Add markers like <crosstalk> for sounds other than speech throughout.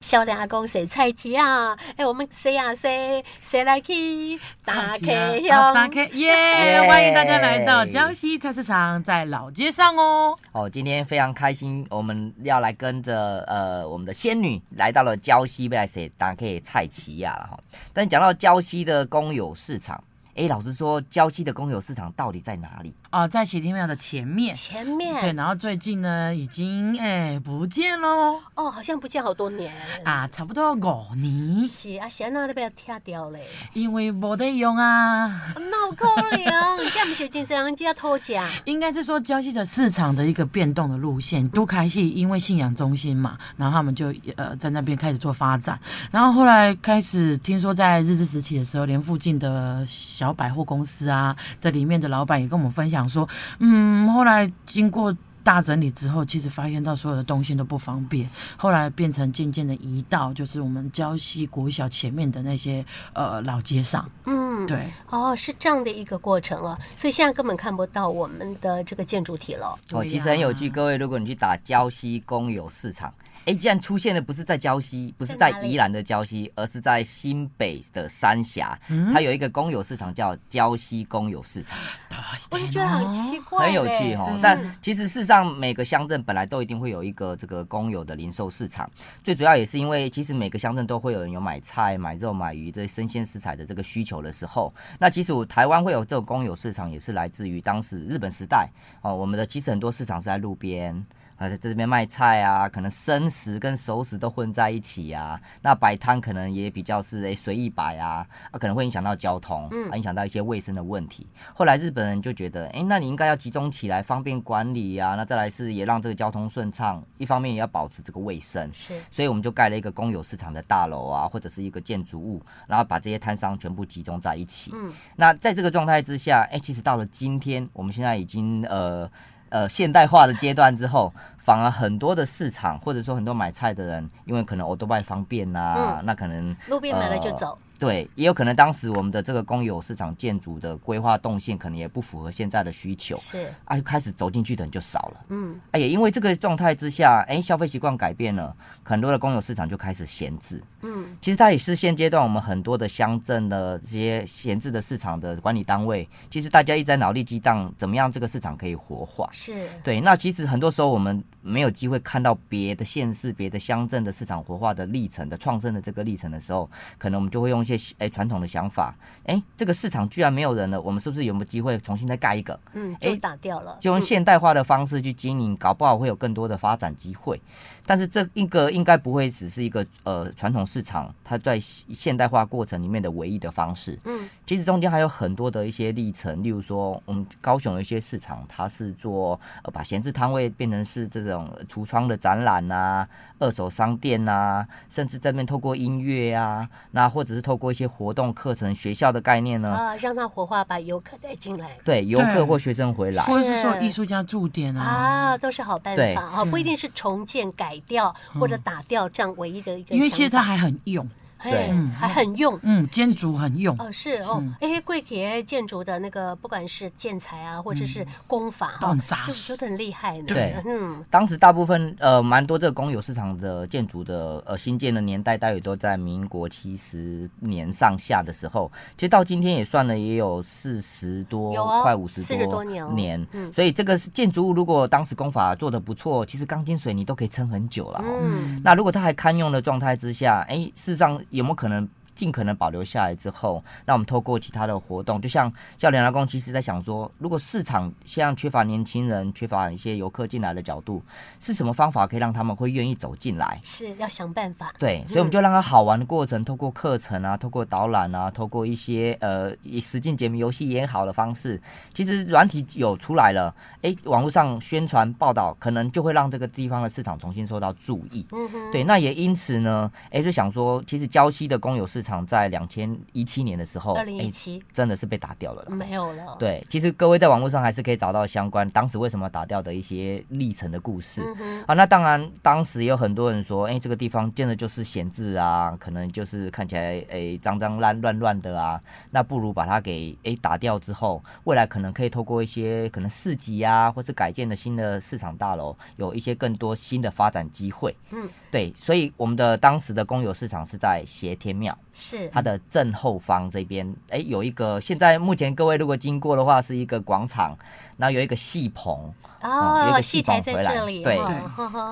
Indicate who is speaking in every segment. Speaker 1: 少年阿公洗菜市啊，哎、我们洗啊洗，洗来去打开
Speaker 2: 啊打
Speaker 1: 香。
Speaker 2: 开耶！
Speaker 3: 耶
Speaker 2: 欢迎大家来到江西菜市场，在老街上哦。
Speaker 3: 哦，今天非常开心，我们要来跟着呃我们的仙女来到了礁溪，被来谁打以菜奇亚了哈。但讲到礁溪的公有市场，哎，老实说，礁溪的公有市场到底在哪里？
Speaker 2: 哦，在斜天庙的前面。
Speaker 1: 前
Speaker 2: 对，
Speaker 1: 面
Speaker 2: 然后最近呢，已经哎不见喽
Speaker 1: 哦，好像不见好多年。
Speaker 2: 啊，差不多五年，
Speaker 1: 是啊，是安那都被拆掉 <laughs> 嘞，
Speaker 2: 因为没得用啊。
Speaker 1: 那有可能，这不是真这样，这样偷假。
Speaker 2: 应该是说江西的市场的一个变动的路线，都开戏因为信仰中心嘛，然后他们就呃在那边开始做发展，然后后来开始听说在日治时期的时候，连附近的小百货公司啊，这里面的老板也跟我们分享说，嗯，后来经过。大整理之后，其实发现到所有的东西都不方便，后来变成渐渐的移到就是我们礁溪国小前面的那些呃老街上。
Speaker 1: 嗯，
Speaker 2: 对，
Speaker 1: 哦，是这样的一个过程哦，所以现在根本看不到我们的这个建筑体了。
Speaker 3: 哦，
Speaker 2: 对
Speaker 3: 其实
Speaker 2: 呀
Speaker 3: 很有趣，各位，如果你去打礁溪公有市场，哎，竟然出现的不是在礁溪，不是
Speaker 1: 在
Speaker 3: 在
Speaker 1: 哪里
Speaker 3: 宜兰的礁溪，而是在新北的三峡，
Speaker 2: 嗯
Speaker 3: 它有一个公有市场叫礁溪公有市场。
Speaker 1: 我就觉得很奇怪，
Speaker 3: 很有趣哦
Speaker 2: 对。
Speaker 3: 但其实事实上，每个乡镇本来都一定会有一个这个公有的零售市场，最主要也是因为，其实每个乡镇都会有人有买菜、买肉、买鱼这些生鲜食材的这个需求的时候，那其实我台湾会有这种公有市场，也是来自于当时日本时代哦。我们的其实很多市场是在路边。啊，在这边卖菜啊，可能生食跟熟食都混在一起啊。那摆摊可能也比较是诶随、意摆啊，啊可能会影响到交通，
Speaker 1: 嗯
Speaker 3: 啊影响到一些卫生的问题。后来日本人就觉得，哎、那你应该要集中起来，方便管理啊。那再来是也让这个交通顺畅，一方面也要保持这个卫生。
Speaker 1: 是
Speaker 3: 所以我们就盖了一个公有市场的大楼啊，或者是一个建筑物，然后把这些摊商全部集中在一起。
Speaker 1: 嗯，
Speaker 3: 那在这个状态之下，哎、其实到了今天，我们现在已经呃呃现代化的阶段之后，反而很多的市场或者说很多买菜的人，因为可能 o d o b 方便啦、那可能
Speaker 1: 路边买了就
Speaker 3: 呃
Speaker 1: 走，
Speaker 3: 对，也有可能当时我们的这个公有市场建筑的规划动线，可能也不符合现在的需求，
Speaker 1: 是
Speaker 3: 啊，就开始走进去的人就少了。
Speaker 1: 嗯
Speaker 3: 哎，也因为这个状态之下，哎，消费习惯改变了，很多的公有市场就开始闲置。
Speaker 1: 嗯
Speaker 3: 其实它也是现阶段我们很多的乡镇的这些闲置的市场的管理单位，其实大家一直在脑力激荡，怎么样这个市场可以活化。
Speaker 1: 是
Speaker 3: 对，那其实很多时候我们没有机会看到别的县市、别的乡镇的市场活化的历程的创生的这个历程的时候，可能我们就会用一些诶传统的想法，诶，这个市场居然没有人了，我们是不是有没有机会重新再盖一个？
Speaker 1: 嗯就
Speaker 3: 哎
Speaker 1: 打掉了，
Speaker 3: 就用现代化的方式去经营，搞不好会有更多的发展机会。但是这一个应该不会只是一个呃传统市场，它在现代化过程里面的唯一的方式。
Speaker 1: 嗯
Speaker 3: 其实中间还有很多的一些历程，例如说我们高雄有一些市场，它是做呃把闲置摊位变成是这种橱窗的展览啊，二手商店啊，甚至这边透过音乐啊，那或者是透过一些活动课程、学校的概念呢，
Speaker 1: 啊，让它活化，把游客带进来
Speaker 3: 对游
Speaker 2: 对
Speaker 3: 客或学生回来。
Speaker 2: 或者是说艺术家驻点啊。
Speaker 1: 啊，都是好办
Speaker 3: 对嗯
Speaker 1: 法啊，不一定是重建、改掉或者打掉这样唯一的一个想
Speaker 2: 因
Speaker 1: 法，
Speaker 2: 为其实它还很用，
Speaker 1: 嘿
Speaker 3: 对
Speaker 1: 还很用。
Speaker 2: 嗯，建筑很用，
Speaker 1: 哦，是哦，哎，贵企建筑的那个，不管是建材啊，或者是工法
Speaker 2: 都
Speaker 1: 哈
Speaker 2: 很扎，
Speaker 1: 就
Speaker 2: 实
Speaker 1: 就很厉害呢。
Speaker 3: 嗯对
Speaker 1: 嗯，
Speaker 3: 当时大部分呃蛮多这个公有市场的建筑的呃新建的年代，大约都在民国七十年上下的时候。其实到今天也算了，也有四十多，
Speaker 1: 有哦
Speaker 3: 快五十
Speaker 1: 40多年哦
Speaker 3: 年。
Speaker 1: 嗯
Speaker 3: 所以这个是建筑物，如果当时工法做的不错，其实钢筋水泥都可以撑很久了、哦。
Speaker 1: 嗯，
Speaker 3: 那如果它还堪用的状态之下，哎，事实上有没有可能尽可能保留下来之后，让我们透过其他的活动，就像教练阿公其实在想说，如果市场现在缺乏年轻人，缺乏一些游客进来的角度，是什么方法可以让他们会愿意走进来？
Speaker 1: 是要想办法。
Speaker 3: 对，所以我们就让它好玩的过程，透过课程啊，透过导览啊，透过一些呃以实境解谜游戏也好的方式，其实软体有出来了，诶，网络上宣传报道，可能就会让这个地方的市场重新受到注意。
Speaker 1: 嗯哼，
Speaker 3: 对，那也因此呢，诶，就想说，其实礁溪的公有市场在两千一七年的时候，
Speaker 1: 二零一
Speaker 3: 哎
Speaker 1: 七
Speaker 3: 真的是被打掉了啦。
Speaker 1: 没有了。
Speaker 3: 哎对，其实各位在网络上还是可以找到相关当时为什么打掉的一些历程的故事。
Speaker 1: 嗯哼，
Speaker 3: 啊，那当然，当时也有很多人说，哎、这个地方建的就是闲置啊，可能就是看起来哎脏脏乱乱乱的啊，那不如把它给哎、打掉之后，未来可能可以透过一些可能市集啊，或是改建的新的市场大楼，有一些更多新的发展机会。
Speaker 1: 嗯，
Speaker 3: 对，所以我们的当时的公有市场是在斜天庙。
Speaker 1: 是
Speaker 3: 它的正后方这边，哎、有一个现在目前各位如果经过的话，是一个广场，然后有一个戏棚，嗯有一
Speaker 1: 哦，
Speaker 3: 个
Speaker 1: 戏
Speaker 3: 戏
Speaker 1: 台
Speaker 3: 棚
Speaker 1: 在
Speaker 3: 回来
Speaker 1: 这里，
Speaker 3: 对
Speaker 2: 对
Speaker 1: 对，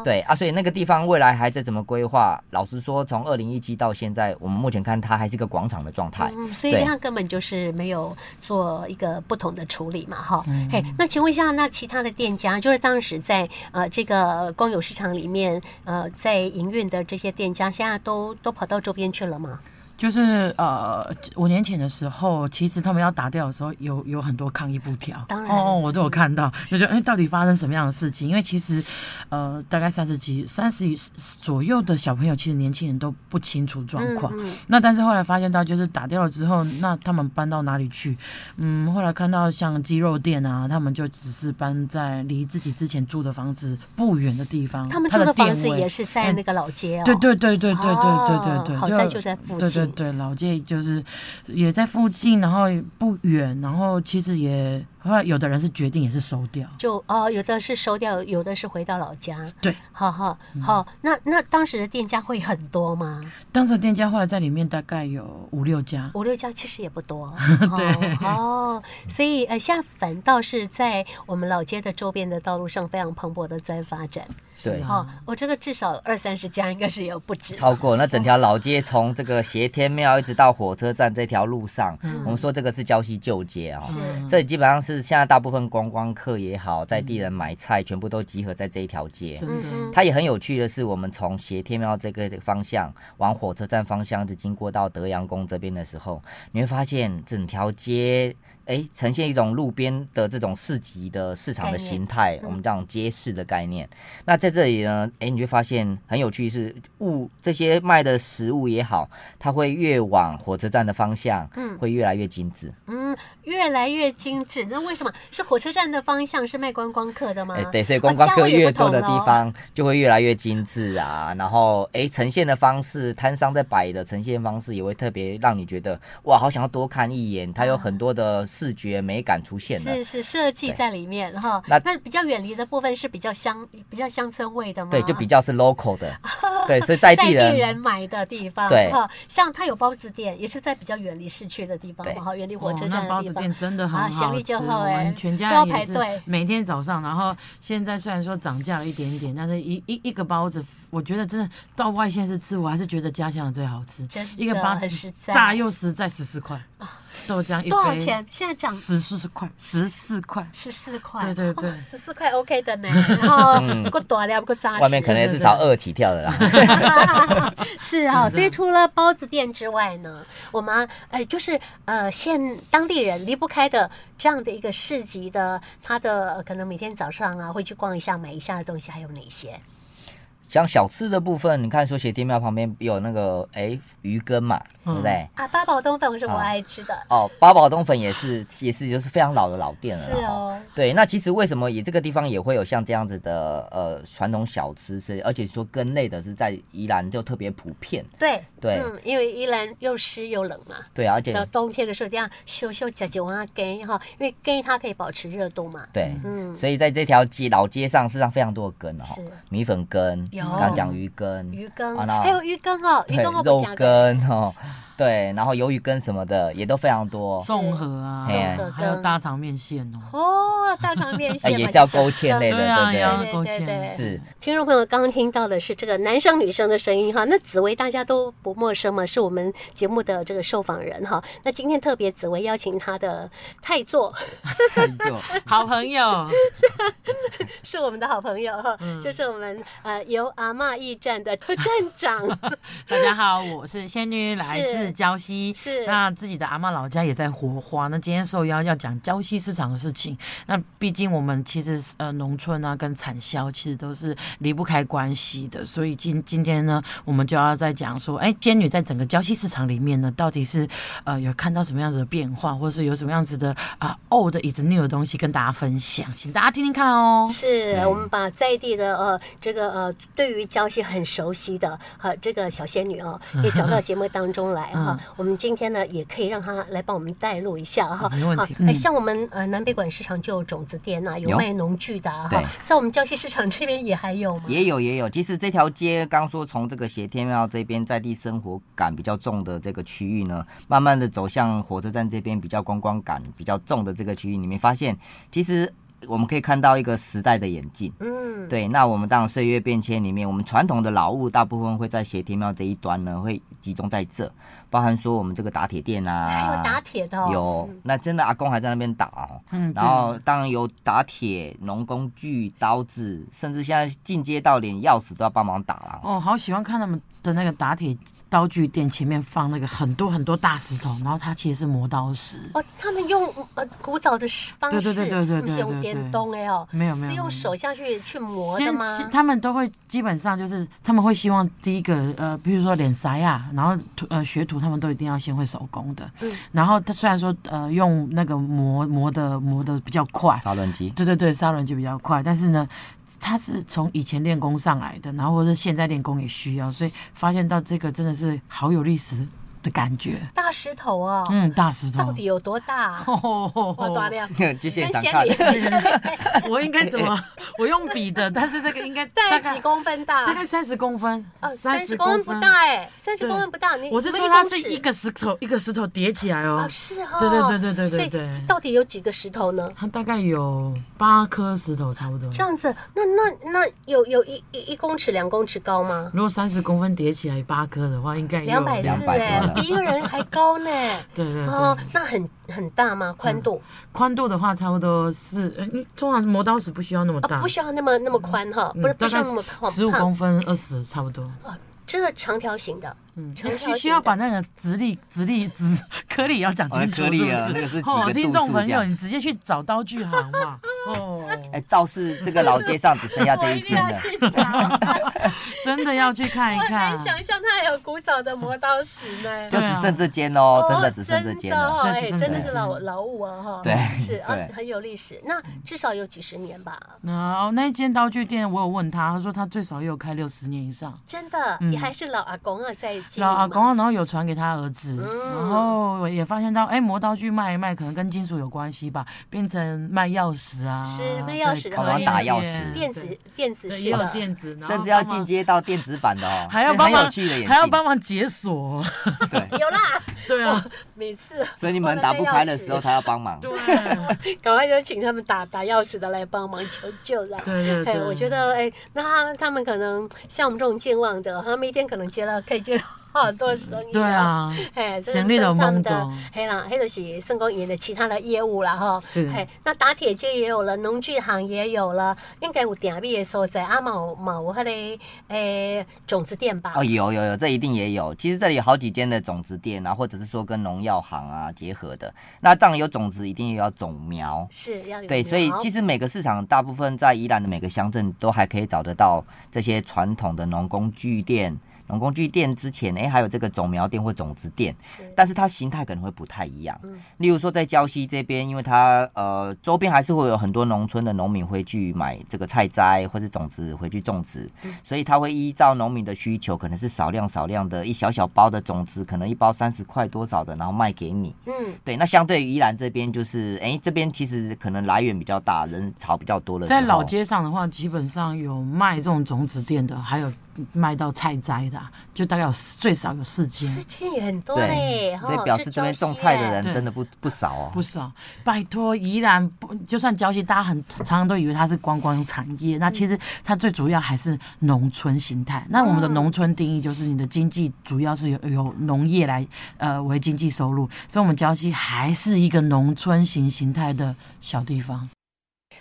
Speaker 3: 对啊，所以那个地方未来还在怎么规划？老实说，从二零一七到现在，我们目前看它还是一个广场的状态。
Speaker 1: 嗯，所以
Speaker 3: 对
Speaker 1: 它根本就是没有做一个不同的处理嘛，哈。
Speaker 2: 嗯
Speaker 1: 嘿，那请问一下，那其他的店家，就是当时在呃这个公有市场里面呃在营运的这些店家，现在都都跑到周边去了吗？
Speaker 2: 就是呃，五年前的时候，其实他们要打掉的时候，有有很多抗议布条。
Speaker 1: 当然
Speaker 2: 哦，我都有看到，就觉得哎，到底发生什么样的事情？因为其实，呃，大概三十几、三十左右的小朋友，其实年轻人都不清楚状况。
Speaker 1: 嗯嗯
Speaker 2: 那但是后来发现到，就是打掉了之后，那他们搬到哪里去？嗯，后来看到像鸡肉店啊，他们就只是搬在离自己之前住的房子不远的地方。
Speaker 1: 他们
Speaker 2: 它
Speaker 1: 住
Speaker 2: 的
Speaker 1: 的房
Speaker 2: 店
Speaker 1: 子
Speaker 2: 位
Speaker 1: 也是在
Speaker 2: 嗯
Speaker 1: 那个老街哦。
Speaker 2: 对对对对对对
Speaker 1: 哦
Speaker 2: 对对
Speaker 1: 好
Speaker 2: 对，
Speaker 1: 在就在附
Speaker 2: 对对
Speaker 1: 近
Speaker 2: 对，老街就是也在附近，然后不远，然后其实也后来有的人是决定也是收掉。
Speaker 1: 就哦，有的是收掉，有的是回到老家。
Speaker 2: 对，嗯
Speaker 1: 好好好，那那当时的店家会很多吗？
Speaker 2: 当时店家后来在里面大概有五六家，
Speaker 1: 五六家其实也不
Speaker 3: <laughs>
Speaker 1: 多，
Speaker 2: 对
Speaker 1: 哦，哦所以呃，现在反倒是在我们老街的周边的道路上非常蓬勃的在发展，
Speaker 2: 是
Speaker 3: 对
Speaker 1: 哦
Speaker 2: 啊，，
Speaker 1: 我、这个至少二三十家应该是有不止，
Speaker 3: 嗯超过那整条老街，从这个斜天庙一直到火车站这条路上，我们说这个是礁溪旧街啊、
Speaker 1: 嗯是嗯
Speaker 3: 这里基本上是现在大部分观光客也好，在地人买菜，全部都集合在这一条街。
Speaker 2: 真
Speaker 1: 嗯
Speaker 2: 的。
Speaker 1: 哼
Speaker 3: 它也很有趣的是，我们从斜天庙这个方向往火车站方向，一直经过到德阳宫这边的时候，你会发现整条街。哎，呈现一种路边的这种市集的市场的形态，
Speaker 1: 嗯
Speaker 3: 我们这种街市的概念。那在这里呢，哎，你会发现很有趣是物这些卖的食物也好，它会越往火车站的方向，
Speaker 1: 嗯
Speaker 3: 会越来越精致。
Speaker 1: 嗯，越来越精致。那为什么是火车站的方向是卖观光客的吗？
Speaker 3: 哎、对，所以
Speaker 1: 哦
Speaker 3: 观光
Speaker 1: 价
Speaker 3: 客
Speaker 1: 位也
Speaker 3: 越
Speaker 1: 不
Speaker 3: 多的
Speaker 1: 同
Speaker 3: 地
Speaker 1: 咯
Speaker 3: 方就会越来越精致啊，然后哎、呈现的方式，摊商在摆的呈现方式也会特别让你觉得哇，好想要多看一眼，它有很多的视觉美感出现了。
Speaker 1: 是是设计在里面哈。
Speaker 3: 那
Speaker 1: 那比较远离的部分是比较乡比较乡村味的吗？
Speaker 3: 对，就比较是
Speaker 1: <laughs>
Speaker 3: local 的，对，所以在
Speaker 1: 在
Speaker 3: 地人，
Speaker 1: 买的地方，
Speaker 3: 对
Speaker 1: 哈，像它有包子店，也是在比较远离市区的地方
Speaker 3: 对
Speaker 1: 嘛，哈，远离火
Speaker 2: 哦
Speaker 1: 车，
Speaker 2: 那
Speaker 1: 站
Speaker 2: 包
Speaker 1: 的地
Speaker 2: 子
Speaker 1: 方
Speaker 2: 店。真的很
Speaker 1: 啊行
Speaker 2: 好
Speaker 1: 李
Speaker 2: 吃，
Speaker 1: 就好
Speaker 2: 我
Speaker 1: 哎
Speaker 2: 们全
Speaker 1: 都
Speaker 2: 家
Speaker 1: 要
Speaker 2: 人
Speaker 1: 排
Speaker 2: 也是
Speaker 1: 队
Speaker 2: 每天早上，然后现在虽然说涨价了一点点，但是一一一个包子，我觉得真的到外县市吃，我还是觉得家乡的最好吃。
Speaker 1: 真
Speaker 2: 一个
Speaker 1: 的
Speaker 2: 包
Speaker 1: 很
Speaker 2: 子
Speaker 1: 实在哦
Speaker 2: 大又实在，十四块，豆浆一杯
Speaker 1: 多少钱？现在涨
Speaker 2: 十四块，十四块。
Speaker 1: 十四块，哦
Speaker 2: 对对对
Speaker 1: 十四块 OK 的呢。然后够大量，够扎实。
Speaker 3: 嗯外面
Speaker 1: <laughs>
Speaker 3: 可能至少二起跳的啦。
Speaker 1: 是啊，所以除了包子店之外呢，我们啊呃就是呃现当地人离不开的这样的一个市集的，它的呃可能每天早上啊会去逛一下买一下的东西还有哪些？
Speaker 3: 像小吃的部分，你看说斜天庙旁边有那个哎鱼羹嘛，对不对？
Speaker 1: 啊，八宝冬粉是我
Speaker 3: 啊
Speaker 1: 爱吃的，
Speaker 3: 哦，八宝冬粉也是，也是就是非常老的老店了
Speaker 1: 是
Speaker 3: 啦。吼
Speaker 1: 哦。
Speaker 3: 对，那其实为什么也这个地方也会有像这样子的呃传统小吃之类，而且说根类的是在宜兰就特别普遍，
Speaker 1: 对
Speaker 3: 对
Speaker 1: 嗯，因为宜兰又湿又冷嘛，
Speaker 3: 对啊，而
Speaker 1: 到
Speaker 3: 且
Speaker 1: 冬天的时候这样咻咻夹夹啊给哈，因为给它可以保持热度嘛，
Speaker 3: 对，
Speaker 1: 嗯，
Speaker 3: 所以在这条街老街上，事实上非常多的根哦
Speaker 1: 是，
Speaker 3: 米粉根，
Speaker 1: 有
Speaker 3: 刚刚讲鱼根，
Speaker 1: 鱼羹
Speaker 3: 啊那
Speaker 1: 还有鱼羹哦，鱼
Speaker 3: 对
Speaker 1: 羹我不
Speaker 3: 肉
Speaker 1: 加羹，
Speaker 3: 根哦，对，然后鱿鱼根什么的也都非常多，
Speaker 2: 综合啊，
Speaker 3: 嘿啊
Speaker 2: 还有大肠面线哦，
Speaker 1: 哦，大肠面
Speaker 3: <laughs> 哎
Speaker 1: 线嘛
Speaker 3: 也是要
Speaker 1: 就是
Speaker 3: 勾芡类的，
Speaker 2: 对啊，也
Speaker 3: 对
Speaker 2: 要
Speaker 3: 不
Speaker 2: 勾
Speaker 1: 对对对
Speaker 2: 芡，
Speaker 3: 对？是。
Speaker 1: 嗯听众朋友刚刚听到的是这个男生女生的声音哈，那紫薇大家都不陌生嘛，是我们节目的这个受访人哈。那今天特别紫薇邀请她的太座， <laughs>
Speaker 2: 好朋友，
Speaker 1: 是我们的好朋友哈，
Speaker 2: 嗯
Speaker 1: 就是我们呃由阿嬷驿站的 <laughs> 站长，
Speaker 2: <laughs> 大家好，我是仙女，来自是礁溪，
Speaker 1: 是
Speaker 2: 那自己的阿嬷老家也在活化。那今天受邀要讲礁溪市场的事情，那毕竟我们其实呃农村啊跟产销其实都是离不开关系的，所以今今天呢，我们就要再讲说，哎，仙女在整个礁溪市场里面呢，到底是呃有看到什么样子的变化，或是有什么样子的啊 old is new 的东西跟大家分享，请大家听听看哦。
Speaker 1: 是我们把在地的呃这个呃对于礁溪很熟悉的呃这个小仙女
Speaker 2: <laughs>
Speaker 1: 哦，也找到节目当中来
Speaker 2: 嗯
Speaker 1: 哈、我们今天呢也可以让她来帮我们带路一下哈。
Speaker 2: 啊没问题嗯
Speaker 1: 好哎，像我们呃南北馆市场就有种子店呐、有
Speaker 3: 有
Speaker 1: 卖农具的啊哈、
Speaker 3: 对
Speaker 1: 在我们礁溪市场这边也还有吗？
Speaker 3: 也有也有，其实这条街刚说从这个斜天庙这边在地生活感比较重的这个区域呢，慢慢的走向火车站这边比较观光感比较重的这个区域，你没发现其实我们可以看到一个时代的演进。
Speaker 1: 嗯，
Speaker 3: 对，那我们当然岁月变迁里面，我们传统的老物大部分会在斜天庙这一端呢，会集中在这，包含说我们这个打铁店啊，
Speaker 1: 还有打铁的、哦，
Speaker 3: 有，那真的阿公还在那边打哦。
Speaker 2: 嗯，对
Speaker 3: 然后当然有打铁、农工具、刀子，甚至现在进阶到连钥匙都要帮忙打了。
Speaker 2: 哦，好喜欢看他们的那个打铁刀具店前面放那个很多很多大石头，然后它其实是磨刀石。
Speaker 1: 哦，他们用呃古早的石方
Speaker 2: 对
Speaker 1: 式，
Speaker 2: 对对对对
Speaker 1: 不
Speaker 2: 对
Speaker 1: 是用
Speaker 2: 对
Speaker 1: 电
Speaker 2: 对
Speaker 1: 动哎哦，
Speaker 2: 没有没有
Speaker 1: 是
Speaker 2: 没
Speaker 1: 用
Speaker 2: 有
Speaker 1: 手下去去磨的
Speaker 2: 先
Speaker 1: 吗？
Speaker 2: 先他们都会基本上就是他们会希望第一个呃，比如说脸塞啊，然后土呃学徒他们都一定要先会手工的。
Speaker 1: 嗯
Speaker 2: 然后他虽然说呃用那个磨磨的磨的比较快，
Speaker 3: 砂轮机，
Speaker 2: 对对对，砂轮就比较快，但是呢，他是从以前练功上来的，然后或者现在练功也需要，所以发现到这个真的是好有历史的感觉。
Speaker 1: 大石头哦，
Speaker 2: 嗯，大石头
Speaker 1: 到底有多大、啊？哇，大
Speaker 2: 哦，
Speaker 1: 量。
Speaker 3: <laughs> <laughs> 就现
Speaker 1: 跟
Speaker 3: 场
Speaker 1: 仙
Speaker 3: 看
Speaker 1: 女。一样
Speaker 2: 我应该怎
Speaker 1: <laughs>
Speaker 2: 么？我用笔的，但是这个应该
Speaker 1: 大
Speaker 2: 大
Speaker 1: 概几
Speaker 2: 概
Speaker 1: 公分大？
Speaker 2: 大概三十公分
Speaker 1: 呃，，三
Speaker 2: 30
Speaker 1: 十公分不大。哎，三十
Speaker 2: 啊对
Speaker 1: 公分不大。你
Speaker 2: 我是
Speaker 1: 你
Speaker 2: 说
Speaker 1: 们
Speaker 2: 它
Speaker 1: 公
Speaker 2: 是
Speaker 1: 尺
Speaker 2: 一个石头一个石头叠起来
Speaker 1: 啊，
Speaker 2: 哦，
Speaker 1: 是哈。
Speaker 2: 对对对对对对
Speaker 1: 所以
Speaker 2: 对
Speaker 1: 到底有几个石头呢？
Speaker 2: 它大概有八颗石头差不多。
Speaker 1: 这样子，那那那有有一一一公尺、两公尺高吗？
Speaker 2: 如果三十公分叠起来八颗的话，应该有
Speaker 1: 两百四
Speaker 3: 200
Speaker 1: 哎
Speaker 3: 多，了
Speaker 1: 比一个人还高呢。
Speaker 2: <laughs> 对对
Speaker 1: 哦
Speaker 2: 对，，嗯
Speaker 1: 那很很大吗？宽度？
Speaker 2: 宽度的话差不多是，呃嗯通常磨刀石不需要那么
Speaker 1: 啊，
Speaker 2: 大，嗯
Speaker 1: 不需要那么那么宽哈，不是不需要那么胖，
Speaker 2: 十五
Speaker 1: 胖
Speaker 2: 公分二十差不多。
Speaker 1: 哦，这个长条形的，
Speaker 2: 嗯，
Speaker 1: 长条形
Speaker 2: 需
Speaker 1: 的
Speaker 2: 需要把那个直立、直立、直颗粒也要讲清楚，
Speaker 3: 哦
Speaker 2: 是不
Speaker 3: 颗粒
Speaker 2: 是
Speaker 3: 啊那个是几个
Speaker 2: 哦，
Speaker 3: 度
Speaker 2: 听众
Speaker 3: 数
Speaker 2: 朋
Speaker 3: 这
Speaker 2: 友，
Speaker 3: 样
Speaker 2: 你直接去找刀具行嘛。哦，
Speaker 3: <laughs> 哎，倒是这个老街上只剩下这一
Speaker 2: <laughs>
Speaker 3: 间了。
Speaker 1: 找，
Speaker 2: 真的要去看一
Speaker 1: 啊
Speaker 3: <laughs>
Speaker 2: 看。
Speaker 1: 象它还有古早的磨刀石 <laughs> 呢
Speaker 3: 就
Speaker 2: 对
Speaker 3: 只
Speaker 2: 啊
Speaker 3: 剩这间喽，真的
Speaker 1: 哦
Speaker 3: 只剩这
Speaker 1: 真
Speaker 3: 间
Speaker 1: 的
Speaker 3: 了。
Speaker 1: 哦
Speaker 2: 对
Speaker 1: 哎，
Speaker 2: 只剩
Speaker 1: 真的是
Speaker 2: 这间
Speaker 1: 老老物啊哈，
Speaker 3: 对
Speaker 1: 是啊
Speaker 3: 对，
Speaker 1: 很有历史，那至少有几十年吧，
Speaker 2: 然后那一间刀具店，我有问他，他说他最少也有开六十年以上。
Speaker 1: 真的，
Speaker 2: 嗯
Speaker 1: 你还是老阿公啊在经营
Speaker 2: 老
Speaker 1: 嘛
Speaker 2: 阿公，然后有传给他儿子，
Speaker 1: 嗯
Speaker 2: 然后我也发现到，哎，磨刀具卖一卖，可能跟金属有关系吧，变成卖钥匙啊，
Speaker 1: 是卖钥匙
Speaker 2: 对
Speaker 1: 帮忙
Speaker 2: 可以
Speaker 3: 打
Speaker 2: 耶
Speaker 3: 钥匙
Speaker 1: 电子
Speaker 2: 对
Speaker 1: 电子
Speaker 2: 对
Speaker 1: 式
Speaker 2: 也有
Speaker 1: 的，
Speaker 2: 电子，然后
Speaker 3: 甚至要
Speaker 2: 帮忙
Speaker 3: 进，阶到电子版的哦，
Speaker 2: 哦还要
Speaker 3: 这
Speaker 2: 帮
Speaker 3: 很有
Speaker 2: 忙
Speaker 3: 趣的演，
Speaker 2: 还要
Speaker 3: 进。
Speaker 2: 帮忙解锁， <laughs>
Speaker 3: 对，
Speaker 1: 有啦，
Speaker 2: 对啊，
Speaker 1: 每次
Speaker 3: 所以你们打不开的时候，他要帮忙。
Speaker 2: 对，
Speaker 1: <laughs> 赶快就请他们打打钥匙的来帮忙求救啦。
Speaker 2: 对对
Speaker 1: 哎，
Speaker 2: 对，
Speaker 1: 我觉得哎，那他他们可能像我们这种健忘的，他们一天可能接到可以接到好多生意。
Speaker 2: <laughs> 对，啊，
Speaker 1: <laughs> 哎，这
Speaker 2: 行
Speaker 1: 是
Speaker 2: 李
Speaker 1: 算
Speaker 2: 都
Speaker 1: 是他们
Speaker 2: 懵
Speaker 1: 的
Speaker 2: 懂，
Speaker 1: 嘿啦，嘿就是圣公爷的其他的业务啦哈。
Speaker 2: 是
Speaker 1: 嘿，那打铁街也有了，农具行也有了，应该有店面的所在，啊，某某迄个诶种子店
Speaker 2: 啊
Speaker 1: 吧
Speaker 3: 哦，。有有有，这一定也有。其实这里有好几间的种子店啊，或者是说跟农药行啊结合的。那当然有种子，一定也要种苗。
Speaker 1: 是要有
Speaker 3: 对，所以
Speaker 1: 苗
Speaker 3: 其实每个市场，大部分在宜兰的每个乡镇都还可以找得到这些传统的农工具店。农工具店之前，哎，还有这个种苗店或种子店，
Speaker 1: 是
Speaker 3: 但是它形态可能会不太一样。
Speaker 1: 嗯
Speaker 3: 例如说在礁溪这边，因为它呃周边还是会有很多农村的农民会去买这个菜摘或是种子回去种植，
Speaker 1: 嗯
Speaker 3: 所以它会依照农民的需求，可能是少量少量的一小小包的种子，可能一包三十块多少的，然后卖给你。
Speaker 1: 嗯，
Speaker 3: 对，那相对于宜兰这边就是，哎，这边其实可能来源比较大，人潮比较多的时候，
Speaker 2: 在老街上的话，基本上有卖这种种子店的，还有卖到菜摘的啊，就大概有四最少有四间。
Speaker 1: 资金也很多嘞
Speaker 3: 对，，所以
Speaker 1: 哈
Speaker 3: 表示这边种菜的人
Speaker 2: 对
Speaker 3: 真的不不少哦。
Speaker 2: 不少，拜托，宜兰不就算郊区，大家很常常都以为它是观光产业，那其实它最主要还是农村形态。那我们的农村定义就是你的经济主要是由由农业来呃为经济收入，所以我们郊区还是一个农村型形态的小地方。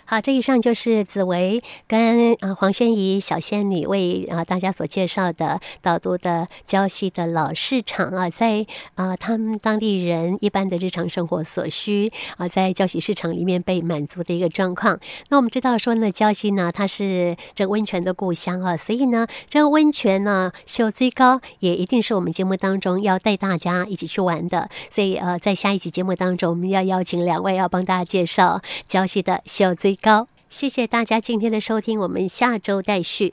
Speaker 1: 好，这以上就是紫薇跟呃黄轩怡小仙女为啊、呃大家所介绍的导读的胶西的老市场啊，在啊、呃他们当地人一般的日常生活所需啊、在胶西市场里面被满足的一个状况。那我们知道说呢，胶西呢，它是这温泉的故乡啊，所以呢，这个温泉呢，秀最高也一定是我们节目当中要带大家一起去玩的。所以呃，在下一期节目当中，我们要邀请两位要啊帮大家介绍胶西的秀最高。谢谢大家今天的收听，我们下周再续。